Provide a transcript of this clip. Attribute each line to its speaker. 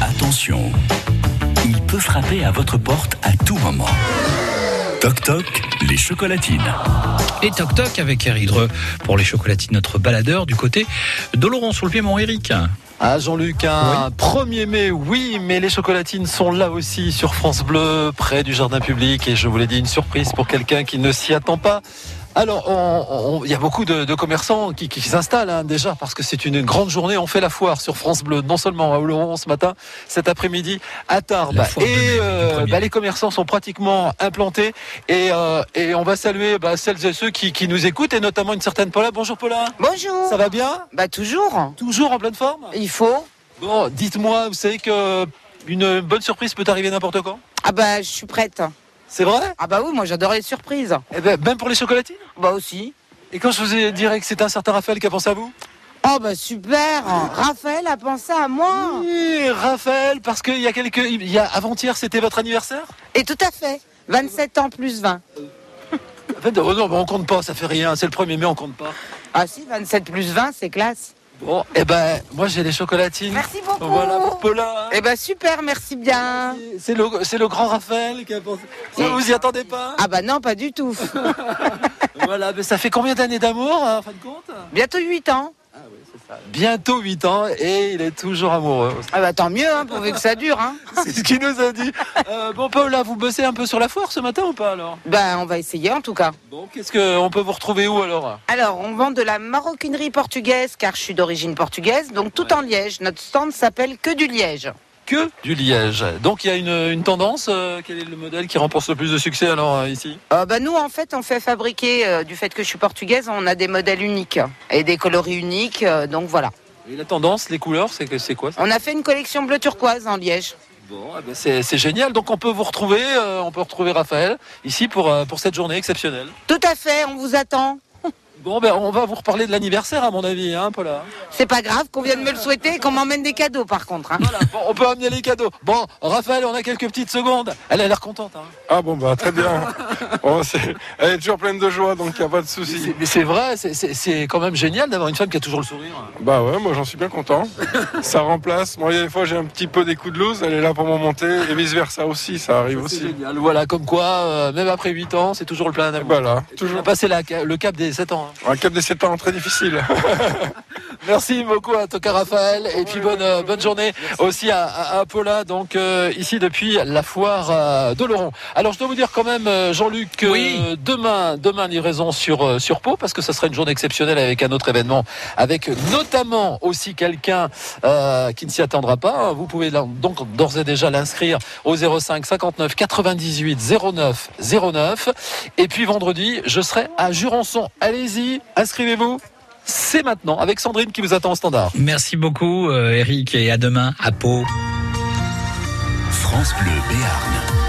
Speaker 1: Attention, il peut frapper à votre porte à tout moment. Toc toc, les chocolatines.
Speaker 2: Et Toc Toc avec Eric Dreux pour les chocolatines, notre baladeur du côté d'Oloron sur le Piémont. Eric,
Speaker 3: Ah Jean-Luc, un 1er mai, oui, mais les chocolatines sont là aussi sur France Bleu, près du jardin public, et je vous l'ai dit, une surprise pour quelqu'un qui ne s'y attend pas. Alors, on- on- il y a beaucoup de, de commerçants qui, qui s'installent hein, déjà parce que c'est une grande journée. On fait la foire sur France Bleu, non seulement à Oloron ce matin, cet après-midi à Tarbes.
Speaker 2: La foire de mai,
Speaker 3: Et
Speaker 2: du premier.
Speaker 3: bah, les commerçants sont pratiquement implantés et, euh, et on va saluer bah, celles et ceux qui, qui nous écoutent et notamment une certaine Paula. Bonjour Paula,
Speaker 4: Bonjour.
Speaker 3: ça va bien
Speaker 4: Bah toujours.
Speaker 3: Toujours en pleine forme
Speaker 4: Il faut.
Speaker 3: Bon, dites-moi, vous savez que euh, une bonne surprise peut arriver n'importe quand
Speaker 4: Ah bah je suis prête.
Speaker 3: C'est vrai
Speaker 4: Ah bah oui, moi j'adore les surprises.
Speaker 3: Eh ben, Même pour les chocolatines
Speaker 4: Bah aussi.
Speaker 3: Et quand je vous ai dit que c'est un certain Raphaël qui a pensé à vous
Speaker 4: Oh bah super. Raphaël a pensé à moi.
Speaker 3: Oui, Eh, Raphaël, parce qu'il y a quelques... Il y a avant-hier, c'était votre anniversaire
Speaker 4: Et tout à fait. 27 ans plus 20.
Speaker 3: En fait, oh non, mais on compte pas, ça fait rien, c'est le premier mai, on compte pas.
Speaker 4: Ah si, 27 plus 20, c'est classe.
Speaker 3: Bon, eh ben, moi j'ai les chocolatines.
Speaker 4: Merci beaucoup.
Speaker 3: Voilà pour Paula.
Speaker 4: Eh ben. bah super, merci bien.
Speaker 3: C'est le, c'est le grand Raphaël qui a pensé... Vous vous y attendez pas
Speaker 4: Eh. Ah bah non, pas du tout.
Speaker 3: Voilà, mais ça fait combien d'années d'amour, hein, en fin de compte
Speaker 4: Bientôt 8 ans.
Speaker 3: Bientôt 8 ans, et il est toujours amoureux.
Speaker 4: Ah bah tant mieux, hein, pourvu que ça dure. Hein.
Speaker 3: C'est ce qu'il nous a dit. Euh, bon, Paola, vous bossez un peu sur la foire ce matin ou pas alors
Speaker 4: Bah on va essayer en tout cas.
Speaker 3: Bon, qu'est-ce que on peut vous retrouver où alors
Speaker 4: Alors, on vend de la maroquinerie portugaise, car je suis d'origine portugaise, donc tout en liège. Notre stand s'appelle Que du liège.
Speaker 3: Que du Liège. Donc il y a une, une tendance. euh, quel est le modèle qui remporte le plus de succès alors euh, ici
Speaker 4: Euh, bah, nous, en fait, on fait fabriquer, euh, du fait que je suis portugaise, on a des modèles uniques et des coloris uniques, euh, donc voilà.
Speaker 3: Et la tendance, les couleurs, c'est que- c'est quoi ça
Speaker 4: On a fait une collection bleu turquoise en liège.
Speaker 3: Bon, eh ben, c'est c'est génial. Donc on peut vous retrouver, euh, on peut retrouver Raphaël ici pour euh, pour cette journée exceptionnelle.
Speaker 4: Tout à fait, on vous attend.
Speaker 3: Bon, ben on va vous reparler de l'anniversaire à mon avis, hein, Paula.
Speaker 4: C'est pas grave qu'on vienne me le souhaiter et qu'on m'emmène des cadeaux, par contre. hein.
Speaker 3: Voilà, bon, on peut amener les cadeaux. Bon, Raphaël, on a quelques petites secondes. Elle a l'air contente. Hein.
Speaker 5: Ah bon bah très bien. Oh, c'est- Elle est toujours pleine de joie donc il n'y a pas de souci.
Speaker 3: C'est- Mais c'est vrai, c'est- c'est c'est quand même génial d'avoir une femme qui a toujours le sourire.
Speaker 5: Bah ouais moi j'en suis bien content. Ça remplace. Moi il y a des fois j'ai un petit peu des coups de loose, elle est là pour m'en monter et vice versa aussi, ça arrive
Speaker 3: C'est
Speaker 5: aussi.
Speaker 3: génial. Voilà, comme quoi, euh, même après 8 ans, c'est toujours le plein d'amour.
Speaker 5: Voilà,
Speaker 3: On a
Speaker 5: toujours.
Speaker 3: passé la ca- le cap des 7 ans. hein.
Speaker 5: Un cap des 7 ans très difficile.
Speaker 3: Merci beaucoup à Toka Raphaël et puis bonne, euh, bonne journée aussi à, à- à Paula, donc euh, ici depuis la foire euh, d'Oloron. Alors je dois vous dire quand même, euh, Jean-Luc, que
Speaker 2: Oui.
Speaker 3: euh, demain, demain livraison sur, euh, sur Pau, parce que ça sera une journée exceptionnelle avec un autre événement, avec notamment aussi quelqu'un euh, qui ne s'y attendra pas. hein. Vous pouvez là- donc d'ores et déjà l'inscrire au 05 59 98 09 09. Et puis vendredi, je serai à Jurançon. Allez-y, inscrivez-vous. C'est maintenant avec Sandrine qui vous attend au standard.
Speaker 2: merci beaucoup euh, Eric et à demain à Pau.
Speaker 1: France Bleu Béarn.